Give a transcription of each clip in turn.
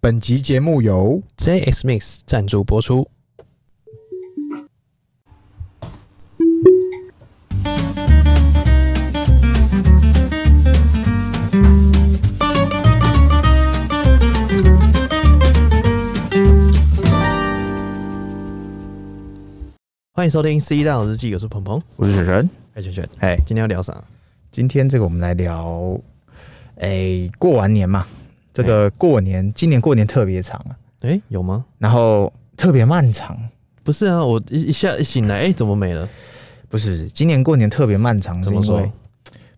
本集节目由 JX Mix 赞助播出。欢迎收听《C 大佬日记》，我是鹏鹏，我是璇璇。哎，圈圈，哎，今天要聊啥？今天这个我们来聊，哎，过完年嘛，这个过年，今年过年特别长啊，哎、有吗？然后特别漫长，不是啊，我一一下一醒来，哎、怎么没了？不是今年过年特别漫长，是怎么因说为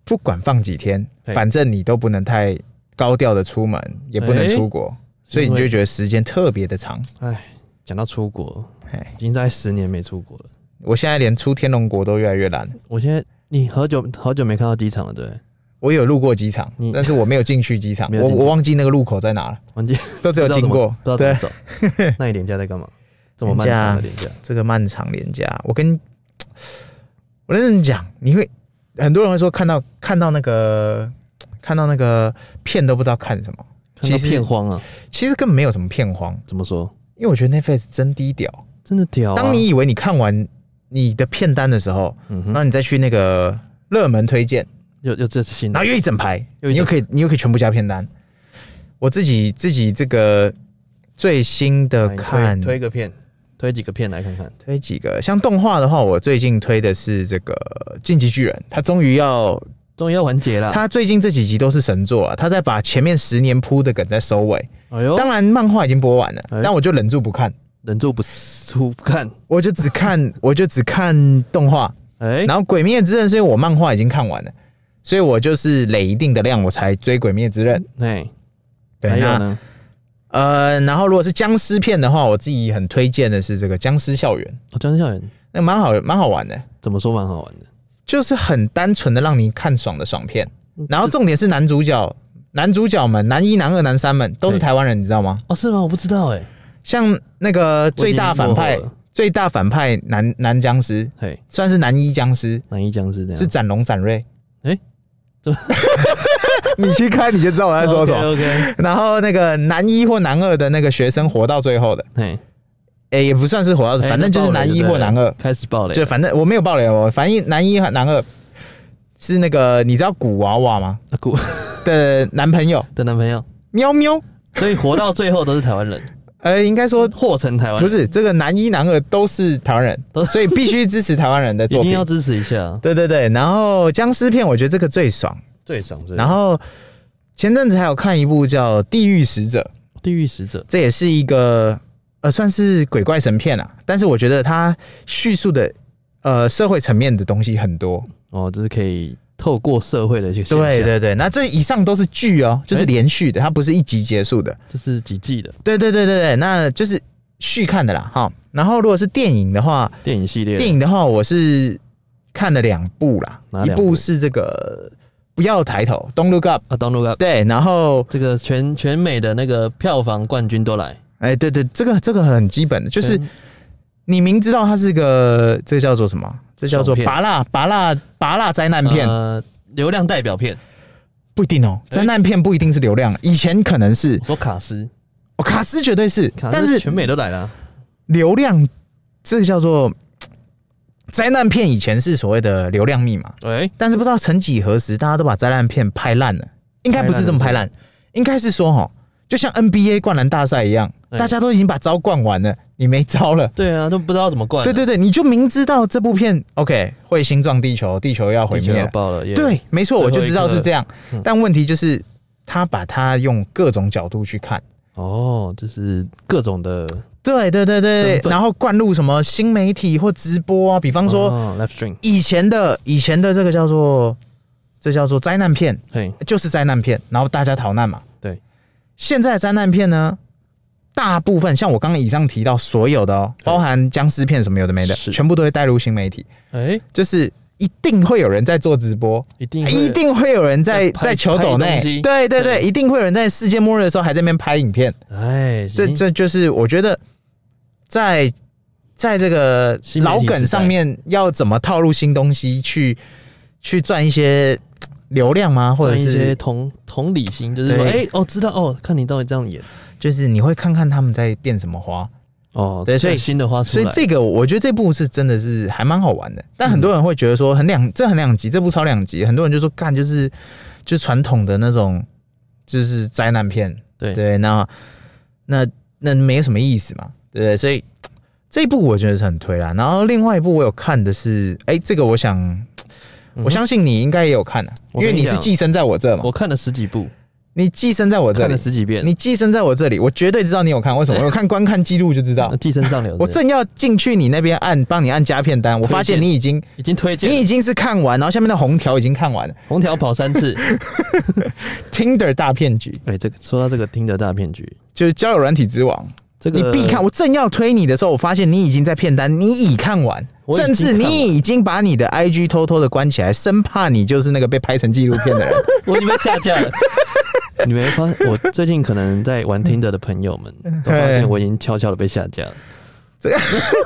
不管放几天，嘿反正你都不能太高调的出门，也不能哎出国，所以你因就为觉得时间特别的长。讲到出国，哎，已经在十年没出国了。我现在连出天龙国都越来越懒，我现在你好久好久没看到机场了，对不对？我有路过机场你，但是我没有进去机场， 没有我进去我忘记那个路口在哪了， 忘记都只有不知道经怎么过不知。道怎么对， 走。那你年假在干嘛？这么漫长的年假，这个漫长廉价，我跟我认真讲，你会很多人会说看到看到那个看到那个片都不知道看什么，看到 其实片荒啊！其实根本没有什么片荒，怎么说？因为我觉得 Netflix 真低调。真的屌、啊！当你以为你看完你的片单的时候，嗯然哼，后你再去那个热门推荐，又又这次新然的后又一整排，又你一又整可以你又可以全部加片单。我自己自己这个最新的哎来你推看推个片，推几个片来看看。推几个，像动画的话，我最近推的是这个《进击巨人》，他终于要，终于要完结了，他最近这几集都是神作啊，他在把前面十年铺的梗在收尾。哎呦，当然，漫画已经播完了，哎但我就忍住不看，忍住不 出不看。我就只 看，我就只看动画。哎、然后《鬼灭之刃》是因为我漫画已经看完了，所以我就是累一定的量，我才追《鬼灭之刃》。哎，对，还有那呢？呃，然后如果是僵尸片的话，我自己很推荐的是这个《僵尸校园》，哦，江校园那蛮好，蛮好玩的。怎么说蛮好玩的。就是很单纯的让你看爽的爽片。嗯然后这重点是男主角，男主角们，男一、男二、男三们都是对台湾人，你知道吗？哦是吗？我不知道哎、像那个我已最经大反派落后了，最大反派男男僵尸，嘿，算是男一僵尸，南一僵尸这样是展龙展瑞。啊诶 这你去看你就知道我在说什么。 OK，, 然后那个男一或男二的那个学生活到最后的，嘿，哎、也不算是活到，诶反正就是男一或男二，开始爆雷就了，反正我没有爆雷哦，反正男一和男二是那个你知道古娃娃吗？啊姑的男朋友 的男朋友，喵喵， 所以活到最后都是台湾人，呃，应该说或成台湾 不人，是这个男一男二都是台湾 人，都是所以必须支持台湾人的一作定品要。支持一下、啊，对对对，然后僵尸片我觉得这个最爽。最爽最爽。然后前阵子还有看一部叫《地狱使者》，地狱使者，这也是一个呃算是鬼怪神片啊，但是我觉得它叙述的呃社会层面的东西很多。哦，就是可以透过社会的一些现象，对，对对，那这以上都是剧哦，就是哎连续的，它不是一集结束的。这是几季的对对对对对，那就是续看的啦，哈。然后如果是电影的话，电影系列，电影的话我是看了两部啦，哪一两部部是这个不要抬头，Don't Look Up，啊，Don't Look Up，对，然后这个全全美的那个票房冠军都来，哎，对对，这个这个很基本的，就是全你明知道它是个这个叫做什么？这叫做爽片拔蜡拔蜡拔蜡灾难片，呃流量代表片，不一定哦，哎灾难片不一定是流量，以前可能是我说卡斯，哦卡斯绝对是，卡但斯是全美都来了啊，流量这个叫做灾难片，以前是所谓的流量密码。喂、但是不知道曾几何时，大家都把灾难片拍烂了。应该不是这么拍烂，应该是说哈，就像 NBA 灌篮大赛一样，哎大家都已经把招灌完了，你没招了。对啊，都不知道怎么灌啊、对对对，你就明知道这部片 OK 会星撞地球，地球要毁地球灭要了。爆了，耶，对，没错，最后我一刻就知道是这样嗯。但问题就是，他把它用各种角度去看。哦，就是各种的，对对对对身，份然后灌入什么新媒体或直播啊，比方说哦、live stream，以前的以前的这个叫做这叫做灾难片，嘿，就是灾难片，然后大家逃难嘛。对，现在的灾难片呢，大部分像我刚刚以上提到所有的哦，对包含僵尸片什么有的没的，是全部都会带入新媒体，哎、就是一定会有人在做直播，一定会哎一定会有人在在拍在球斗拍内东，西对对对，对一定会有人在世界末日的时候还在那边拍影片，哎，这已经这就是我觉得在。在这个新媒体老梗时代上面，要怎么套入新东西去去赚一些流量吗？或者赚一是些同同理心，就是说，哎、对哦，知道哦，看你到底这样演，就是你会看看他们在变什么花。哦，对所以最新的花出所来，以这个我觉得这部是真的是还蛮好玩的，但很多人会觉得说很两，这很两极，这部超两极，很多人就说干就是就传统的那种就是灾难片，对对，那那那没有什么意思嘛，对不对？所以这一部我觉得是很推啦。然后另外一部我有看的是，哎、这个我想、嗯哼我相信你应该也有看啊，我因跟为你你是讲寄生在我这嘛，我看了十几部，你寄生在我这看里了，十几遍，你寄生在我这里，我绝对知道你有看，为什么？我有看观看记录就知道呃。寄生上流，我正要进去你那边按帮你按加片单，我发现推荐你已经已经推你荐已了经是看完，然后下面的红条已经看完了。红条跑三次。 Tinder 大骗局哎，这个说到这个听的大骗局，就是交友软体之王，这你个必看。我正要推你的时候，我发现你已经在片单，你已看完，我已甚经至看完你已经把你的 IG 偷偷的关起来，生怕你就是那个被拍成纪录片 的人。我已经被下架 了。你没发现？我最近可能在玩听的的朋友们嗯都发现我已经悄悄的被下架了，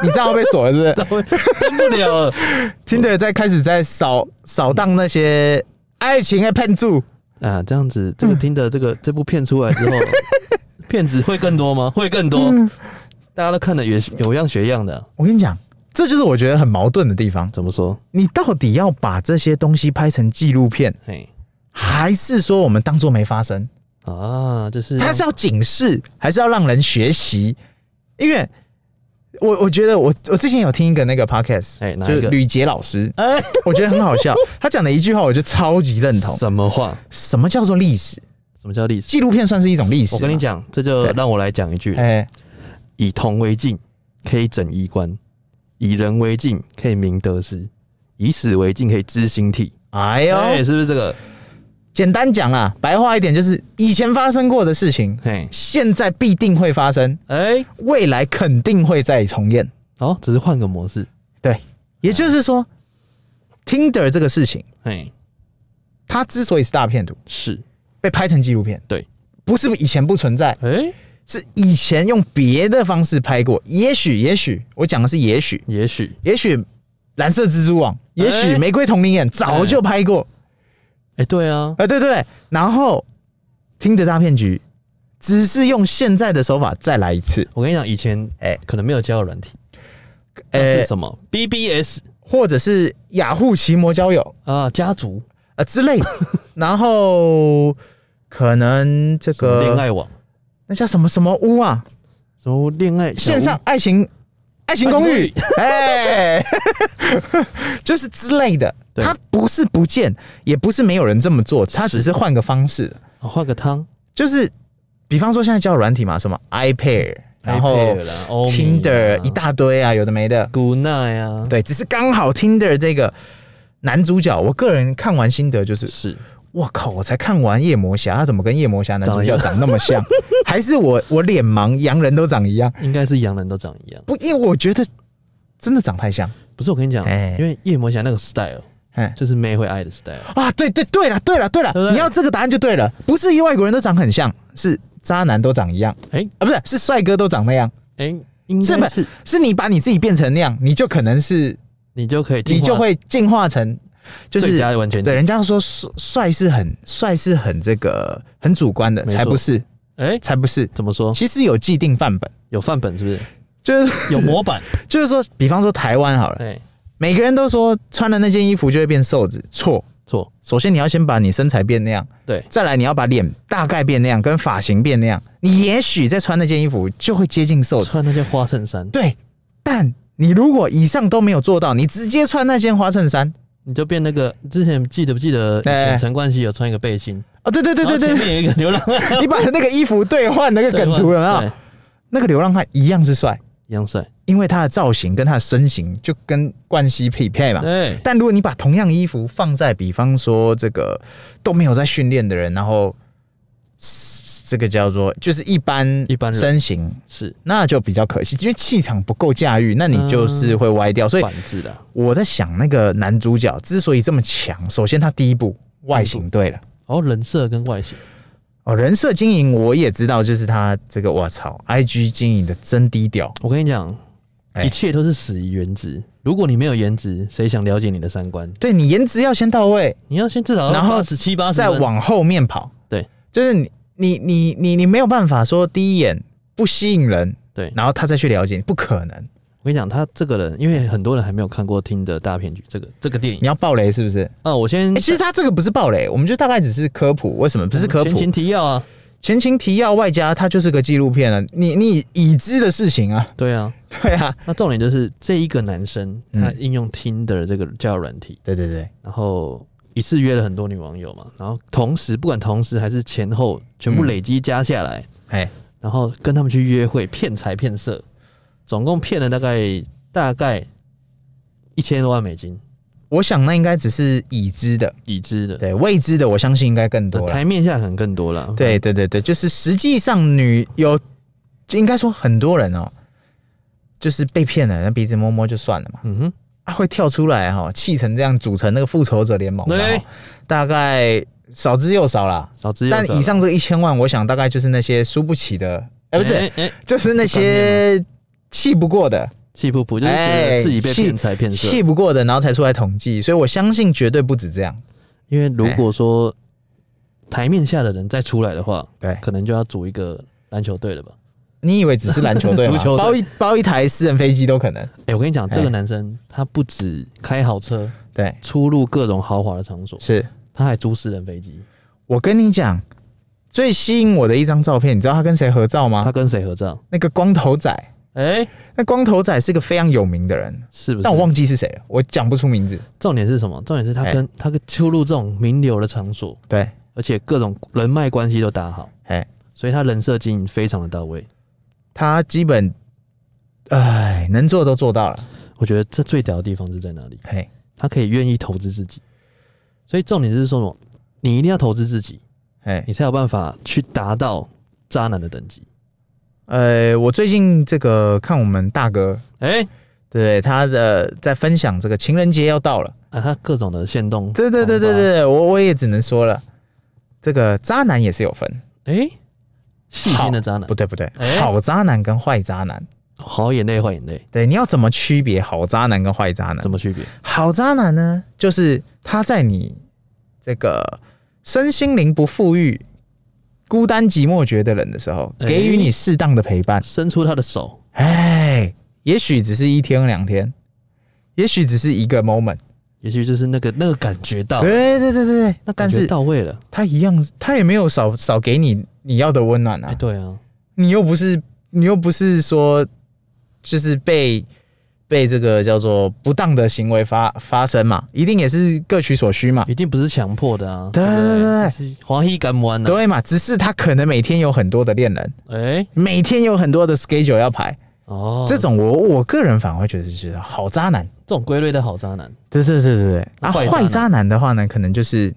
你账号被锁了是不是但我登不了了。 ？Tinder 在开始在扫扫荡那些爱情的骗子。啊，这样子，嗯这个听的这个这部片出来之 后，骗子会更多吗？会更多，嗯大家都看的也有样学样的啊、我跟你讲，这就是我觉得很矛盾的地方。怎么说？你到底要把这些东西拍成纪录片？嘿，还是说我们当做没发生？啊，就是他是要警示，还是要让人学习？因为我我觉得我我之前有听一个那个 podcast，哎哪就一是个吕杰老师，哎我觉得很好 笑。他讲的一句话，我就超级认同。什么话？什么叫做历史？什么叫历史？纪录片算是一种历史。我跟你，讲，这就对让我来讲一句：哎、以铜为镜，可以整衣冠；以人为镜，可以明得失；以史为镜，可以知兴替。哎哎，呦，是不是这个？简单讲啊，白话一点就是以前发生过的事情，嘿，现在必定会发生，哎，未来肯定会再重演。哦，只是换个模式。对，也就是说、t i n d e r 这个事情。嘿，它之所以是大片图，是，被拍成纪录片，对，不是以前不存在，哎，是以前用别的方式拍过。也许，也许我讲的是也许，也许，也许蓝色蜘蛛网，也许哎玫瑰同林眼早就拍过，哎，对啊，啊，对对对。然后听的大骗局，只是用现在的手法再来一次，我跟你讲，以前哎可能没有交友软体，呃那是什么 BBS 或者是雅虎奇摩交友啊，家族啊之 类的，然后可能这什么恋个爱网，那叫什么什么屋啊，什么恋爱小屋线上爱情爱情公寓， 哎， 就是之类的。对它不是不见，也不是没有人这么做，它是只是换个方式。啊换个汤就是比方说现在交友软体嘛，什么 iPair，然后 iPad 啦 Tinder 一 Omi 啊大堆啊，有的没的。 Good night 啊，对，只是刚好 Tinder 这个男主角，我个人看完心得就是，是我靠，我才看完夜魔侠，他怎么跟夜魔侠男主角长得一样长那么像？ 还是我我脸盲，洋人都长一样？应该是洋人都长一样。不，因为我觉得真的长太像。不是我跟你讲，哎因为夜魔侠那个 style 哎，就是妹会爱的 style，啊，对对对了，对了对了对不，对你要这个答案就对了，不是外国人都长很像，是渣男都长一样哎啊，不是是帅哥都长那样，哎，应是该吧是是你把你自己变成那样，你就可能是你就可以进你化就会进化成，就是最佳的完全体对人家说帅帅是很帅是很这个很主观的，没错才不是哎才不是，怎么说其实有既定范本，有范本是不是就是 有模板？ 就是说，比方说台湾好了，哎，每个人都说穿了那件衣服就会变瘦子，错，错首先你要先把你身材变那样。对再来，你要把脸大概变那样，跟发型变那样，你也许再穿那件衣服就会接近瘦子。穿那件花衬衫，对，但你如果以上都没有做到，你直接穿那件花衬衫，你就变那个之前记得不记得以哎前陈冠希有穿一个背心，哦，对对对对 然后对前，面有一个流浪汉你把那个衣服兑换那个梗图有没有对？那个流浪汉一样是帅，一样帅，因为他的造型跟他的身形就跟冠希匹配嘛。对，但如果你把同样衣服放在，比方说这个都没有在训练的人，然后这个叫做就是一般一般人身形，是那就比较可惜，因为气场不够驾驭，那你就是会歪掉。所以板子的我在想，那个男主角之所以这么强，首先他第一步外形对了。哦，人设跟外形，哦，人设经营我也知道，就是他这个，我操，IG 经营的真低调。我跟你讲，哎一切都是始于颜值。如果你没有颜值，谁想了解你的三观？对你颜值要先到位，你要先至少然后十七八十，再往后面跑。对，就是你你你你你没有办法说第一眼不吸引人，对嗯然后他再去了解你，不可能。我跟你讲，他这个人，因为很多人还没有看过《听的大骗局》这个这个电影你要爆雷是不是？啊，我先嗯哎、其实他这个不是暴雷，我们就大概只是科普，为什么不是科前普？情提要啊，前情提要外加它就是个纪录片啊，你你已知的事情啊， 对啊，对啊，那重点就是这一个男生嗯他应用 Tinder 这个交友软体，对对对，然后一次约了很多女网友嘛，然后同时不管同时还是前后，全部嗯累积加下来，哎，然后跟他们去约会，骗财骗色，总共骗了大概大概一千多万美金，我想那应该只是已知的，已知的，对未知的，我相信应该更多了。台面下可能更多了。对对对对，就是实际上女有，就应该说很多人哦，就是被骗了，那鼻子摸摸就算了嘛，嗯哼，啊会跳出来哈、哦，气成这样组成那个复仇者联盟嘛、对哦，大概少之又少啦。少之又但少以上这一千万，我想大概就是那些输不起的，哎、不是，哎哎就是那些气不过的，气噗噗，就是觉哎得自己被骗财骗色。气不过的，然后才出来统计，所以我相信绝对不止这样。因为如果说台面下的人再出来的话，对，可能就要组一个篮球队了吧？你以为只是篮球队吗 足球队包一包一台私人飞机都可能。哎、我跟你讲，哎这个男生他不止开好车，对，出入各种豪华的场所，是他还租私人飞机。我跟你讲，最吸引我的一张照片，你知道他跟谁合照他吗？跟谁合照？那个光头仔，哎、那光头仔是个非常有名的人，是不是？但我忘记是谁了，我讲不出名字。重点是什么？重点是他哎跟、他跟出入这种名流的场所，对，而且各种人脉关系都打好，哎，所以他人设经营非常的到位。他基本，哎，能做都做到了。我觉得这最屌的地方是在哪里？嘿，他可以愿意投资自己。所以重点是说什么？你一定要投资自己，哎，你才有办法去达到渣男的等级。呃，我最近这个看我们大哥哎、对他的在分享这个情人节要到了，啊，他各种的限动，对对对对懂吧，对，我我也只能说了，这个渣男也是有分，哎、细心的渣男不，对不对，哎好渣男跟坏渣男，好眼泪坏眼泪，对，你要怎么区别好渣男跟坏渣男怎？么区别？好渣男呢，就是他在你这个身心灵不富裕、孤单寂寞觉的人的时候，哎给予你适当的陪伴，伸出他的手，哎，也许只是一天两天，也许只是一个 moment，也许就是那个那个感觉到，对对对对对，哦那感但觉是到位了。他一样，他也没有少少给你你要的温暖哎、啊。对啊，你又不是你又不是说就是被被这个叫做不当的行为发发生嘛，一定也是各取所需嘛，一定不是强迫的啊，对不对对就是华裔敢玩呢？对嘛？只是他可能每天有很多的恋人，哎、每天有很多的 schedule 要排，哦，这种我我个人反而会觉得是好渣男。这种归类的好渣男，对对对对对，啊，坏渣男坏渣男的话呢，可能就是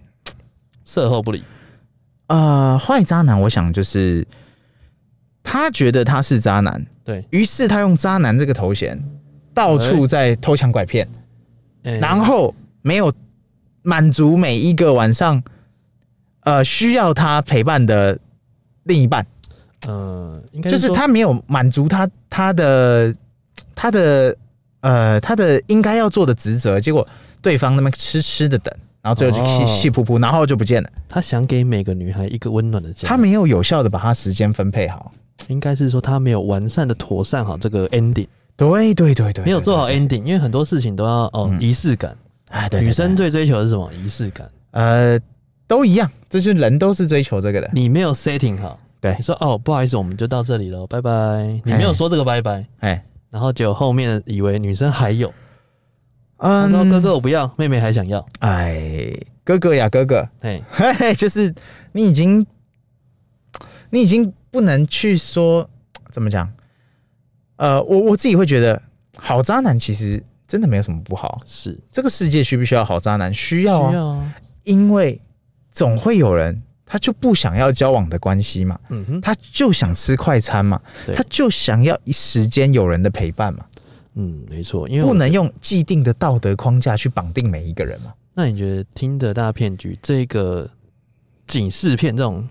事后不理，呃，坏渣男，我想就是他觉得他是渣男，对于是他用渣男这个头衔，到处在偷抢拐骗，哎然后没有满足每一个晚上，呃，需要他陪伴的另一半，嗯、应该就是说，他没有满足他他的他的呃他的应该要做的职责，结果对方那么痴痴的等，然后最后就气哦气噗噗，然后就不见了，他想给每个女孩一个温暖的家，他没有有效的把他时间分配好。应该是说他没有完善的妥善好这个 ending，对对对对，没有做好对 ending，因为很多事情都要哦嗯仪式感，哎，对，对女生对最追求的是什么？仪式感。呃都一样，这就是人都是追求这个的。你没有 setting 好，对你说哦，不好意思，我们就到这里了，拜拜。你没有说这个拜拜，哎，然后就后面以为女生还有，她说嗯，哥哥我不要，妹妹还想要，哎，哥哥呀，哥哥，哎，嘿嘿， 就是你已经，你已经不能去说怎么讲，呃，我我自己会觉得，好渣男其实真的没有什么不好。是这个世界需不需要好渣男？需要啊，需要啊，因为总会有人他就不想要交往的关系嘛，嗯哼，他就想吃快餐嘛，对他就想要一时间有人的陪伴嘛，嗯，没错，因为不我能用既定的道德框架去绑定每一个人嘛。那你觉得听的大骗局这个警示片这种，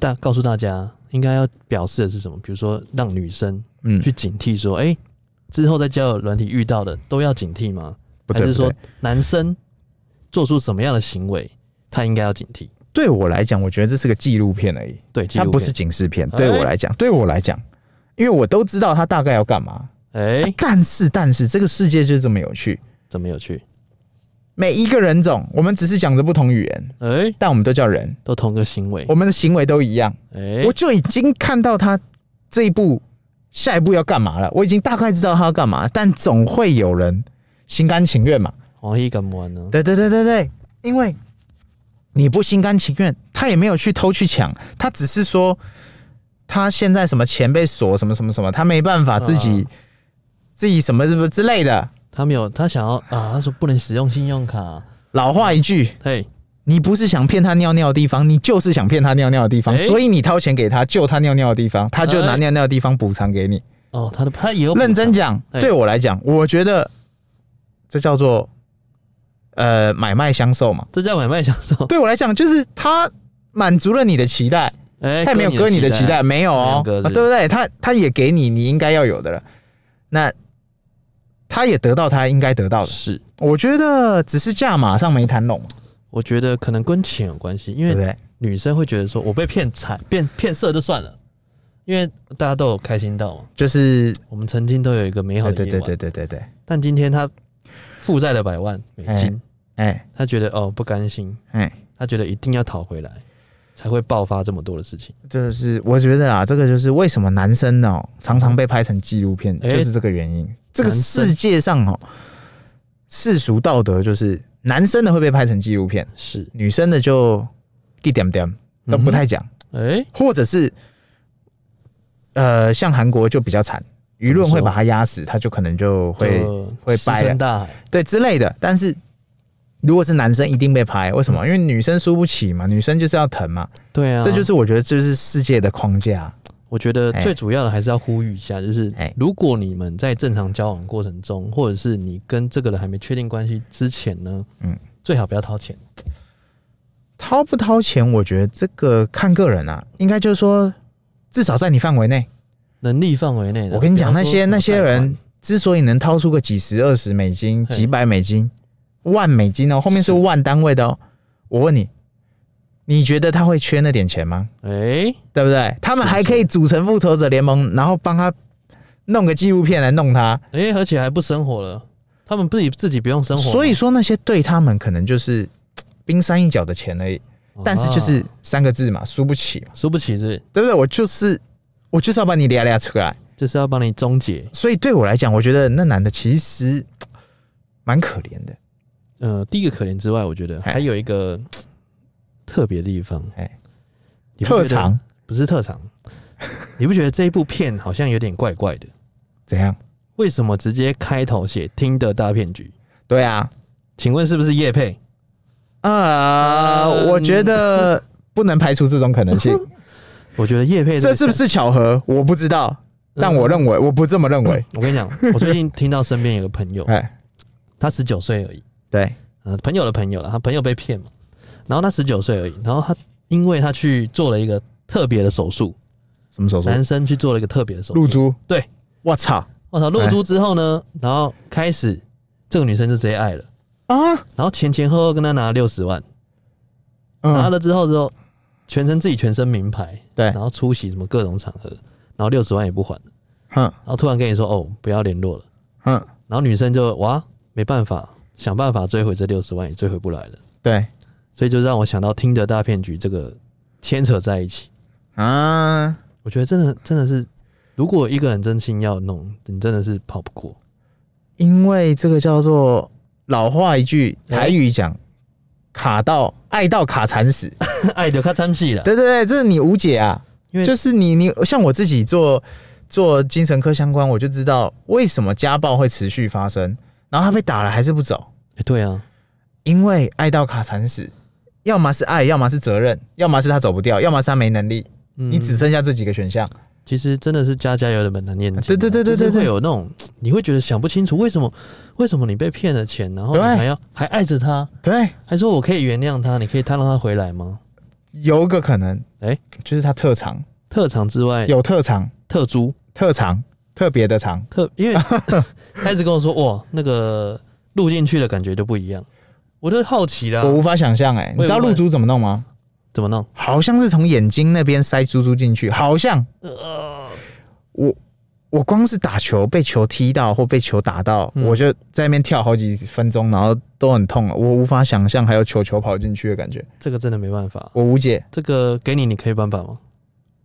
大告诉大家应该要表示的是什么？比如说让女生嗯，去警惕说，哎、之后在交友软体遇到的都要警惕吗？不还对是不说对，男生做出什么样的行为，他应该要警惕？对我来讲，我觉得这是个纪录片而已，对，纪它录不是片警示片。哎对我来讲，对我来讲，因为我都知道它大概要干嘛。哎、但是，但是这个世界就是这么有趣，怎么有趣？每一个人种，我们只是讲着不同语言，哎、但我们都叫人，都同个行为我，们的行为都一样。哎、我就已经看到他这一步下一步要干嘛了，我已经大概知道他要干嘛，但总会有人心甘情愿嘛。黄奕敢玩呢？对对对对对，因为你不心甘情愿，他也没有去偷去抢，他只是说他现在什么钱被锁什么什么什么，他没办法自己、自己什么什么之类的。他没有，他想要啊，他说不能使用信用卡，老话一句，嘿，你不是想骗他尿尿的地方，你就是想骗他尿尿的地方，哎所以你掏钱给他救他尿尿的地方，他就拿哎尿尿的地方补偿给你。哦，他的他也有认真讲，讲，哎对我来讲，我觉得这叫做呃买卖相受嘛。这叫买卖享受，对我来讲，就是他满足了你的期待，哎、他也没有割你的期待，，没有哦，没有割是啊不对是不对？他他也给你你应该要有的了，那他也得到他应该得到的。是，我觉得只是价码上没谈拢，我觉得可能跟钱有关系，因对不为对？女生会觉得说我被骗财、骗骗色就算了，因为大家都有开心到嘛，就是我们曾经都有一个美好对的夜对晚，对对对对对，但今天他负债了百万美金，哎他觉得哦不甘心，哎，他觉得一定要讨回来，才会爆发这么多的事情。就是我觉得啦，这个就是为什么男生哦、常常被拍成纪录片，哎就是这个原因。这个男生世界上哦、世俗道德就是男生的会被拍成纪录片，是，女生的就一点点都不太讲，哎、诶或者是呃，像韩国就比较惨，舆论会把他压死，他就可能就会就会啊石掰沉了大海，对之类的。但是如果是男生，一定被拍，为什么？因为女生输不起嘛，女生就是要疼嘛，嗯对啊，这就是我觉得这就是世界的框架。我觉得哎最主要的还是要呼吁一下，就是哎如果你们在正常交往过程中，或者是你跟这个人还没确定关系之前呢，嗯嗯，最好不要掏钱。掏不掏钱，我觉得这个看个人啊，应该就是说，至少在你范围内。能力范围内的，我跟你讲，不要那说些什么那些贷款人之所以能掏出个几十、二十美金、嘿几百美金、万美金哦，后面是是万单位的哦。我问你，你觉得他会缺那点钱吗？哎、对不对？他们是还可以组成复仇者联盟，然后帮他弄个纪录片来弄他。哎、而且还不生活了，他们自己自己不用生活吗，所以说，那些对他们可能就是嘖冰山一角的钱而已。但是就是啊三个字嘛，输不起嘛，输不起是不是对不对？我就是我就是要把你俩俩出来。就是要帮你终结，所以对我来讲，我觉得那男的其实嘖蛮可怜的。呃，第一个可怜之外，我觉得哎还有一个嘖特别的地方，哎、哎特长不是特 长，你不觉得这一部片好像有点怪怪的？怎样？为什么直接开头写“听的大骗局对啊，”？请问是不是叶配？呃，嗯我觉得 不能排除这种可能性。我觉得叶配这个是不是巧合？我不知道，嗯但我认为我不这么认为。我跟你讲，我最近听到身边有个朋 友，哎，他十九岁而已，对，呃，朋友的朋友了，他朋友被骗嘛，然后他十九岁而已，然后他因为他去做了一个特别的手术，什么手术？男生去做了一个特别的手露术，珠？对，我操我操，哎露珠之后呢，然后开始这个女生就直接爱了，啊！然后前前后后跟他拿六十万，拿嗯，哎了之后之后，全身自己全身名牌，对然后出席什么各种场合，然后六十万也不还，哼然后突然跟你说哦不要联络了，哼，然后女生就哇没办法想办法追回这六十万也追回不来了，对所以就让我想到听得大骗局这个牵扯在一起，啊，我觉得真的真的是，如果一个人真心要弄，你真的是跑不 过，因为这个叫做老话一句，哎台语讲，卡到爱到卡惨死。爱的看参戏了，对对对，这是你无解啊。因为就是你你像我自己做做精神科相关，我就知道为什么家暴会持续发生，然后他被打了还是不走，哎对啊，因为爱到卡惨死，要么是爱，要么是责任，要么是他走不掉，要么是他没能力，嗯你只剩下这几个选项。其实真的是家家有本难念经啊、对对对对就是对对会有那种你会觉得想不清楚为什么为什么你被骗了钱，然后你对还要还爱着他，对，还说我可以原谅他，你可以他让他回来吗？有一个可能，哎就是他特长特长之外，有特长，特租特长特别的长，特，因为他一直跟我说哇，那个录进去的感觉就不一样，我就好奇啦、我无法想象哎、你知道啊我也露无法珠怎么弄吗？怎么弄？好像是从眼睛那边塞珠珠进去，好像我我光是打球被球踢到或被球打到，我就在那边跳好几分钟，然后都很痛了，我无法想象还有球球跑进去的感觉，这个真的没办法，我无解，这个给你，你可以办法吗？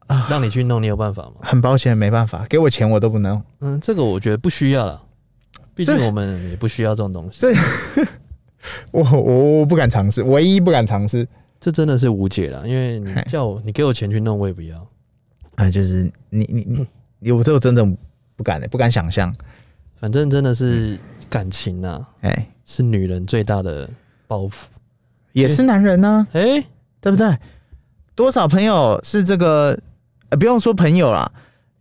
啊让你去弄，你有办法吗？很抱歉，没办法，给我钱我都不能。嗯，这个我觉得不需要了，毕竟这我们也不需要这种东西。这我我我不敢尝试，唯一不敢尝试，这真的是无解了，因为你嘿叫我，你给我钱去弄，我也不要。啊、就是你你你，我这我真的不敢、不敢想象，反正真的嗯是感情呐、哎、是女人最大的包袱。也是男人啊呢、哎、对不对？多少朋友是这个，呃，不用说朋友啦，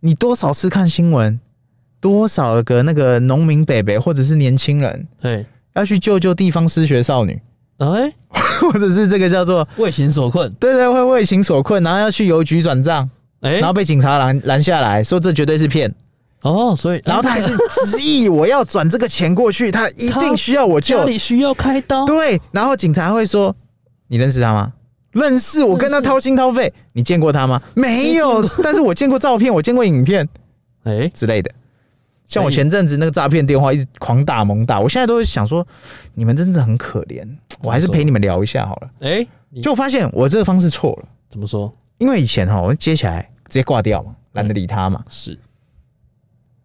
你多少次看新闻，多少个那个农民北北或者是年轻人哎要去救救地方失学少女， 哎，或者是这个叫做为情所困。对对会为情所困，然后要去邮局转账，哎、然后被警察拦拦下来说这绝对是骗，哦，所以然后他还是执意我要转这个钱过去，他一定需要我家救，里需要开刀。对，然后警察会说你认识他吗？认识，我跟他掏心掏肺。你见过他吗？没有，但是我见过照片，我见过影片。哎、之类的。像我所以前阵子那个诈骗电话一直狂打猛打，我现在都想说，你们真的很可怜，我还是陪你们聊一下好了。哎、你就我发现我这个方式错了，怎么说？因为以前哈，我接起来直接挂掉嘛，懒得理他嘛。是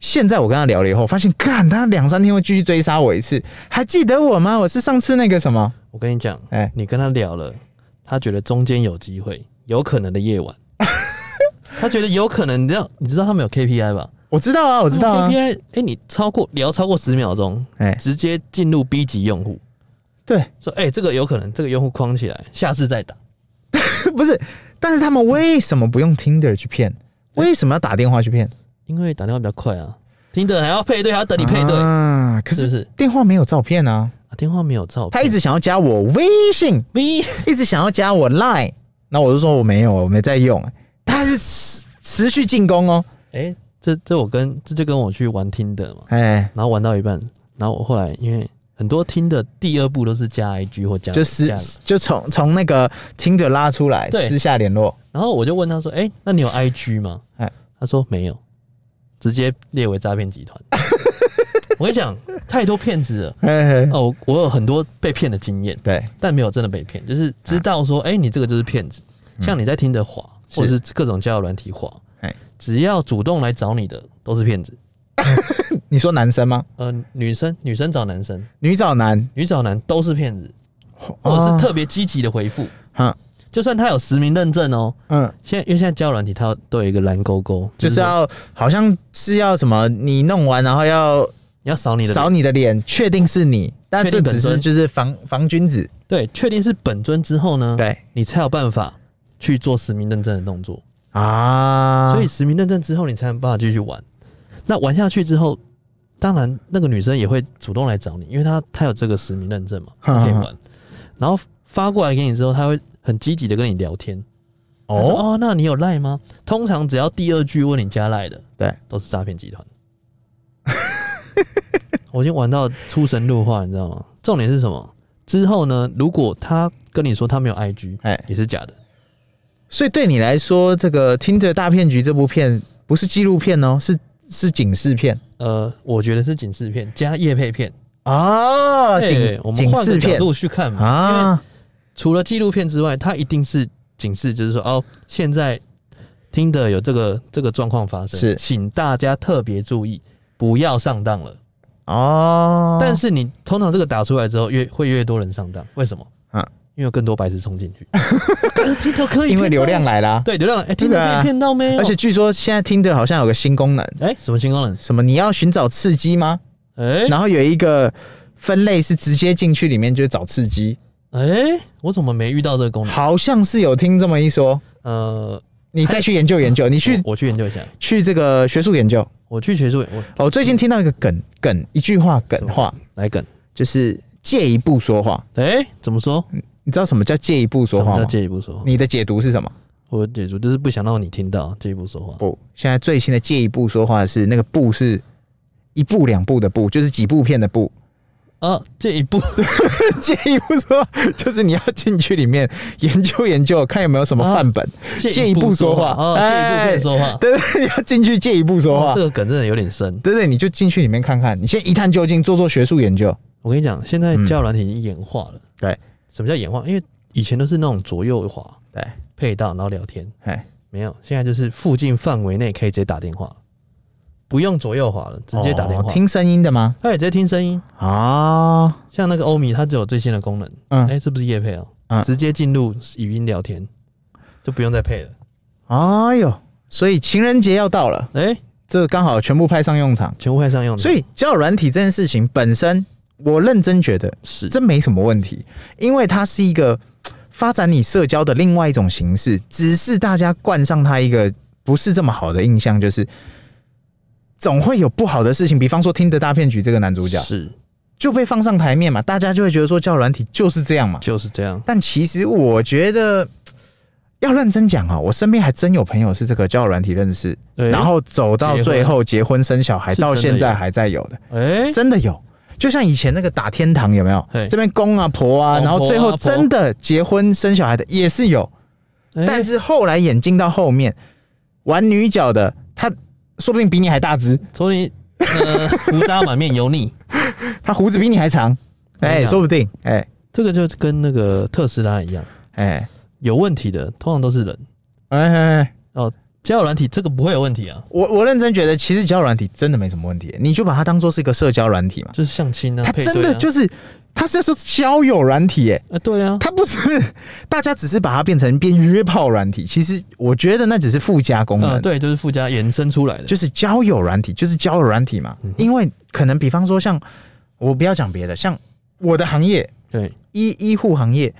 现在我跟他聊了以后，发现干他两三天会继续追杀我一次，还记得我吗？我是上次那个什么，我跟你讲，哎、你跟他聊了，他觉得中间有机会，有可能的夜 晚，他觉得有可能。你知道，你知道他们有 KPI 吧？我知道啊，我我知道啊 KPI，，哎、你超过聊超过十秒钟，哎、直接进入 B 级用户，对，说哎、这个有可能，这个用户框起来，下次再打。不是，但是他们为什么不用 Tinder 去骗？为什么要打电话去骗？因为打电话比较快啊，听的还要配对，还要等你配哎对，啊，可是不是是？电话没有照片啊。啊，电话没有照片，哎他一直想要加我微信，咪一直想要加我 Line，那我就说我没有，我没在用。他是持持续进攻哦，哎、这这我跟这就跟我去玩听的嘛，哎，然后玩到一半，然后我后来因为很多听的第二步都是加 IG 或加就加私就从从那个听着拉出来，对私下联络，然后我就问他说：“哎、那你有 IG 吗？”哎他说没有，直接列为诈骗集 团。我跟你讲，太多骗子了。哎，哦，我我有很多被骗的经验，对，但没有真的被骗，就是知道说，哎、你这个就是骗子。像你在听的滑，啊嗯是或者是各种交友软体滑哎，只要主动来找你的都是骗子。你说男生吗？呃，女生女生找男生，女找男，女找男都是骗子，或我者是特别积极的回复，哈，就算他有实名认证哦。嗯，现在因为现在交友软体它都有一个蓝勾勾，就是说要好像是要什么，你弄完然后要你要扫你的脸扫你的脸，确定是你，但确这定只本是尊就是防防君子，对，确定是本尊之后呢，对你才有办法去做实名认证的动作。啊，所以实名认证之后，你才有办法继续玩。那玩下去之后，当然那个女生也会主动来找你，因为她她有这个实名认证嘛，哼她可以哼玩。然后发过来给你之后，她会很积极的跟你聊天。她说哦，哦，那你有赖吗？通常只要第二句问你加赖的，对，都是诈骗集团。 我已经玩到出神入化，你知道吗？重点是什么？之后呢？如果他跟你说他没有 IG，哎也是假的。所以对你来说，这个《听着大骗局》这部片不是纪录片哦，是是警示片呃，我觉得是警示片加叶配片。哦，哎警、我们警换示个角片度去看嘛。因为啊，除了纪录片之外，它一定是警示，就是说哦，现在听的有这个这个状况发生，是请大家特别注意，不要上当了。哦，但是你通常这个打出来之后，越会越多人上当，为什么？嗯嗯，因为有更多白痴冲进 去，可是 Tinder 可以因为骗流到量来啦，对流量来，哎真的啊，Tinder 可以骗到没有？而且据说现在听的好像有个新功能，哎，什么新功能？什么你要寻找刺激吗？哎然后有一个分类是直接进去里面就找刺激，哎，我怎么没遇到这个功能？好像是有听这么一说。呃，你再去研究研究，你去我我去研究一下，去这个学术研究。哦我去学术我我、最近听到一个梗嗯梗一句话梗话，来梗。就是借一步说话。哎、怎么说？你知道什么叫借一步什说么话叫吗？借一步说话？你的解读是什么？我解读就是不想让你听到借一步说话。不，现在最新的借一步说话是那个步是一步两步的步，就是几部片的步。 啊，这一步建议不说，就是你要进去里面研究研究，看有没有什么范本， 借借一一步步说说话话啊，借一步哎骗说话，哦对对，要进去借一步说话这，个梗真的有点深。对对，你就进去里面看看，你先一探究竟，做做学术研究。我跟你讲，现在嗯交友软体已经演化了。对，什么叫演化？因为以前都是那种左右滑对，配到，然后聊天，哎，没有，现在就是附近范围内可以直接打电话，不用左右滑了，直接打电话，哦听声音的吗？他也直接听声音。啊，像那个欧米，它只有最新的功能，哎、嗯，这不是夜配哦、嗯直接进入语音聊天，就不用再配了。哎呦，所以情人节要到了，哎、这刚好全部派上用场。全部派上用场，所以交友软体这件事情本身，我认真觉得是这没什么问题，因为它是一个嘖发展你社交的另外一种形式，只是大家冠上它一个不是这么好的印象，就是总会有不好的事情，比方说听的大骗局这个男主角是就被放上台面嘛，大家就会觉得说交友软体就是这样嘛。就是这样，但其实我觉得嘖要认真讲啊，我身边还真有朋友是这个交友软体认识，哎然后走到结婚最后结婚生小孩，是真到的现在有还在有的。哎、真的有。就像以前那个打天堂有没有嘿？这边公啊婆啊，哦然后最婆后啊婆真的结婚生小孩的也是有，哎但是后来演进到后面玩女角的，他说不定比你还大只，所以 呃胡渣满面油腻，他胡子比你还长，跟你哎，讲说不定，哎这个就跟那个特斯拉一样，哎有问题的通常都是人。哎哎，哎交友软体这个不会有问题啊，我我认真觉得，其实交友软体真的没什么问题，你就把它当做是一个社交软体嘛，就是相亲啊，它配对真的啊就是。它是说交友软体、哎，啊，对啊，它不是，大家只是把它变成变约炮软体。其实我觉得那只是附加功能，啊，对，就是附加延伸出来的，就是交友软体，就是交友软体嗯嘛。因为可能比方说像我不要讲别的，像我的行业对，医医护行业，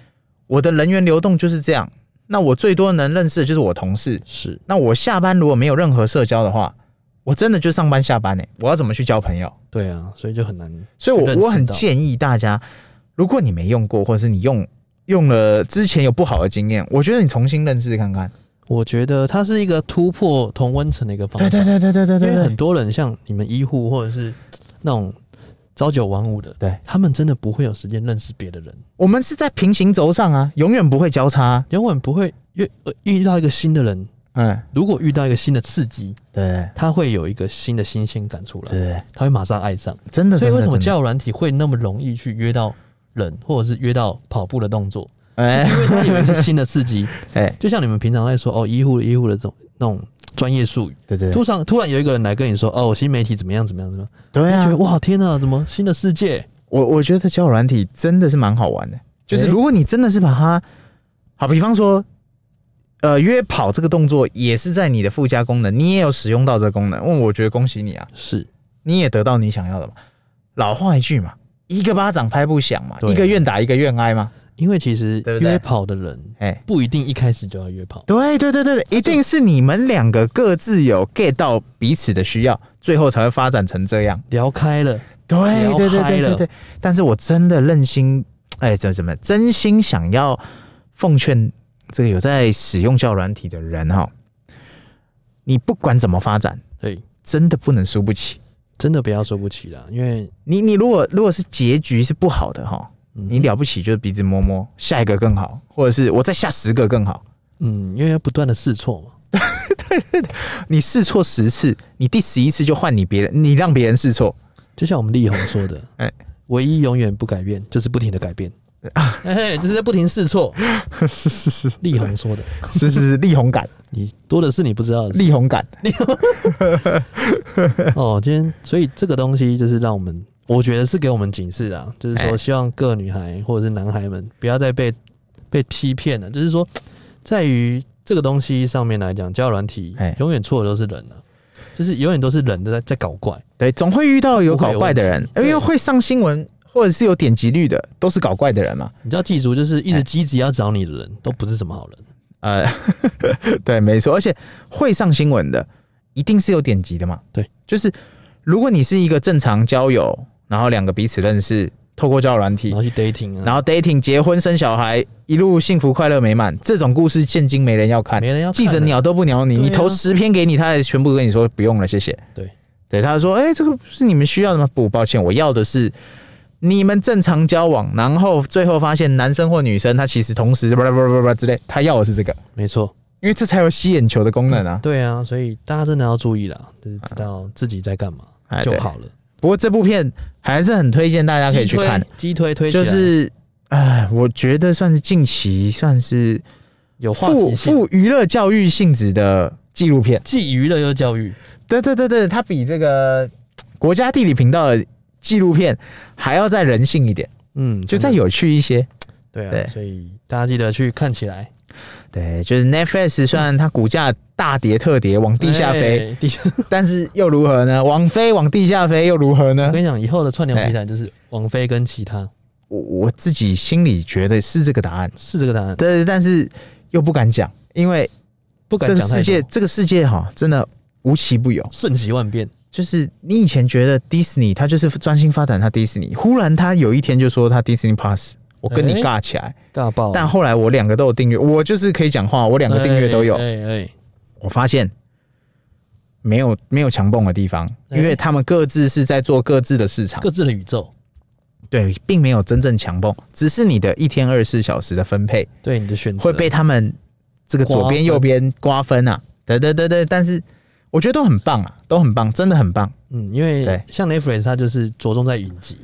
我的人员流动就是这样。那我最多能认识的就是我同事。是那我下班如果没有任何社交的话，我真的就上班下班呢、欸我要怎么去交朋友？对啊，所以就很难所以我，去认我识很到建议大家，如果你没用过，或者是你用用了之前有不好的经验，我觉得你重新认识看看。我觉得它是一个突破同温层的一个方法。对对对对对对对因为很对，多人像你们医护或者是那种朝九晚五的，对他们真的不会有时间认识别的人，我们是在平行轴上啊，永远不会交叉啊、永远不会遇呃遇到一个新的人。嗯，如果遇到一个新的刺激，对他会有一个新的新鲜感出来，对，他会马上爱上。真的。所以为什么真的交友软体会那么容易去约到人，或者是约到跑步的 动作？哎因为它有一次新的刺激，哎，就像你们平常在说哦，医护的医护的这种那种专业术语，对对突然突然有一个人来跟你说哦，新媒体怎么样怎么样怎么样。对就觉得啊！哇，天哪，怎么新的世界？我我觉得交友软体真的是蛮好玩的，就是哎如果你真的是把它，好，比方说。呃，约跑这个动作也是在你的附加功能，你也有使用到这个功能。问我觉得恭喜你啊，是你也得到你想要的嘛。老话一句嘛，一个巴掌拍不响嘛，对啊一个愿打一个愿挨嘛。因为其实对不对约跑的人哎、不一定一开始就要约跑，对对对对对，一定是你们两个各自有 get 到彼此的需要，最后才会发展成这样。聊开了，对聊对对嗨对对了对，但是我真的任心，哎，怎么怎么，真心想要奉劝这个有在使用教软体的人哈，你不管怎么发展，对，真的不能输不起。真的不要说不起啦，因为你你如果如果是结局是不好的哈，你了不起就是鼻子摸摸，下一个更好，或者是我再下十个更好。嗯，因为要不断的试错嘛，你试错十次，你第十一次就换你别人，你让别人试错。就像我们力宏说的， 哎唯一永远不改变就是不停的改变， 哎，就是在不停试错。是是是力宏说的，是是是，力宏感，你多的是你不知道的事力宏感。哦。今天，所以这个东西就是让我们，我觉得是给我们警示啊，就是哎说希望各女孩或者是男孩们不要再被被欺骗了，就是说在于这个东西上面来讲，交友软体哎永远错的都是人啊，就是永远都是人的在在搞怪，对，总会遇到有不会搞有怪的问人题，因为对会上新闻或者是有点击率的，都是搞怪的人嘛。你知道，记住就是一哎直积极要找你的人都不是什么好人，呃， 对，没错，而且会上新闻的，一定是有点击的嘛。对，就是如果你是一个正常交友，然后两个彼此认识，透过交友软体然，后去 dating 然啊，后 dating 结婚生小孩，一路幸福快乐美满，这种故事现今没人要看，没人要看记者了鸟都不鸟你，对啊你投十篇给你，他也全部跟你说不用了，谢谢。对，对，他说，哎、这个是你们需要的吗？不，抱歉，我要的是你们正常交往，然后最后发现男生或女生他其实同时不不不不之类，他要的是这个，没错，因为这才有吸眼球的功能啊。对啊，所以大家真的要注意啦，就是知道自己在干嘛哎就对好了。不过这部片还是很推荐大家可以去看，鸡推推起就来，是哎，我觉得算是近期算是有话富题性，富娱乐教育性质的纪录片。既娱乐又教育，对对对对，它比这个国家地理频道的纪录片还要再人性一点，嗯，就真再的有趣一些。对啊，对所以大家记得去看起来，对，就是 Netflix 虽然它股价大跌特跌往地下飞，哎，地下。但是又如何呢？往飞往地下飞又如何我呢？跟你讲，以后的串流平台就是王菲跟其他，我我自己心里觉得是这个答案，是这个答案，但是但是又不敢讲，因为不敢这个讲太世界多，这个世界哈真的无奇不有。瞬息万变，就是你以前觉得迪士尼，它就是专心发展它迪士尼，忽然它有一天就说它 Disney Plus，我跟你哎尬起来。尬爆啊，但后来我两个都有订阅，我就是可以讲话，我两个订阅都有。哎哎哎，我发现没有没有强蹦的地方，哎因为他们各自是在做各自的市场，各自的宇宙，对，并没有真正强蹦，只是你的一天二十四小时的分配对你的选择会被他们这个左边瓜分右边瓜分啊，对对对对，但是我觉得都很棒啊，都很棒，真的很棒，嗯，因为对像 Netflix 它就是着重在影集，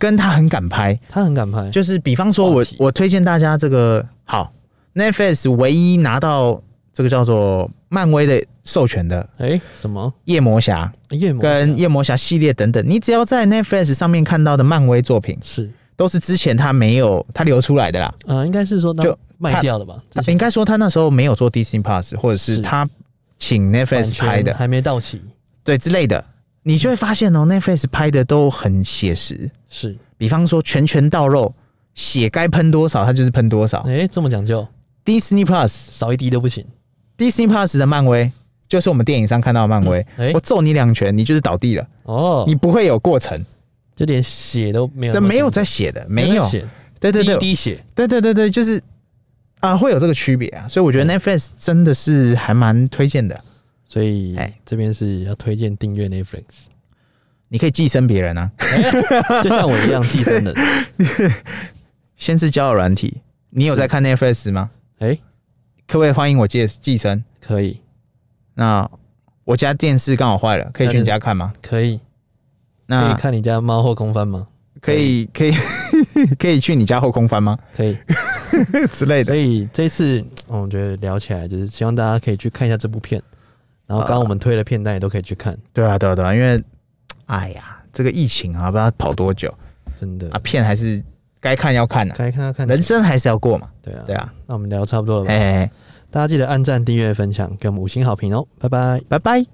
跟他很敢拍，它很敢拍，就是比方说我嗯话题我推荐大家这个好 Netflix 唯一拿到这个叫做漫威的授权的哎、什么夜魔侠夜魔跟夜魔侠系列等等，你只要在 Netflix 上面看到的漫威作品，是都是之前他没有他流出来的啦。呃，应该是说它就卖掉了吧？之前应该说他那时候没有做 Disney Plus，或者是是他请版 Netflix 权拍的，还没到期，对之类的，你就会发现哦、n e t f l i x 拍的都很写实。是比方说拳拳到肉，血该喷多少它就是喷多少。哎、这么讲究， Disney Plus、少一滴都不行， Disney Plus 的漫威。就是我们电影上看到的漫威，哎、我揍你两拳，你就是倒地了，哦，你不会有过程，就连血都没有那但么讲究，没有在写的，没没有有在，血，对对对滴，滴血，对对对对，就是啊、会有这个区别啊，所以我觉得 Netflix 真的是还蛮推荐的。所以哎这边是要推荐订阅 Netflix，你可以寄生别人啊，就像我一样寄 生人，先是交友软体，你有在看 Netflix 吗？哎、可不可以欢迎我寄寄生？可以那我家电视刚好坏了，可以去你家看吗？可以可以那看你家猫后空翻吗？可以可以可以 去你家后空翻吗可以， 之类所的？以这一次嗯我觉得聊起来就是希望大家可以去看一下这部片，然后刚刚我们推的片单也都可以去看，对啊对啊对啊，因为哎呀，这个疫情啊，不知道跑多久真的啊，片还是该看要看的、啊，嗯该看要看人生还是要过嘛。对啊对啊，那我们聊差不多了吧？哎，大家记得按赞、订阅、分享，给我们五星好评哦，拜拜。拜拜。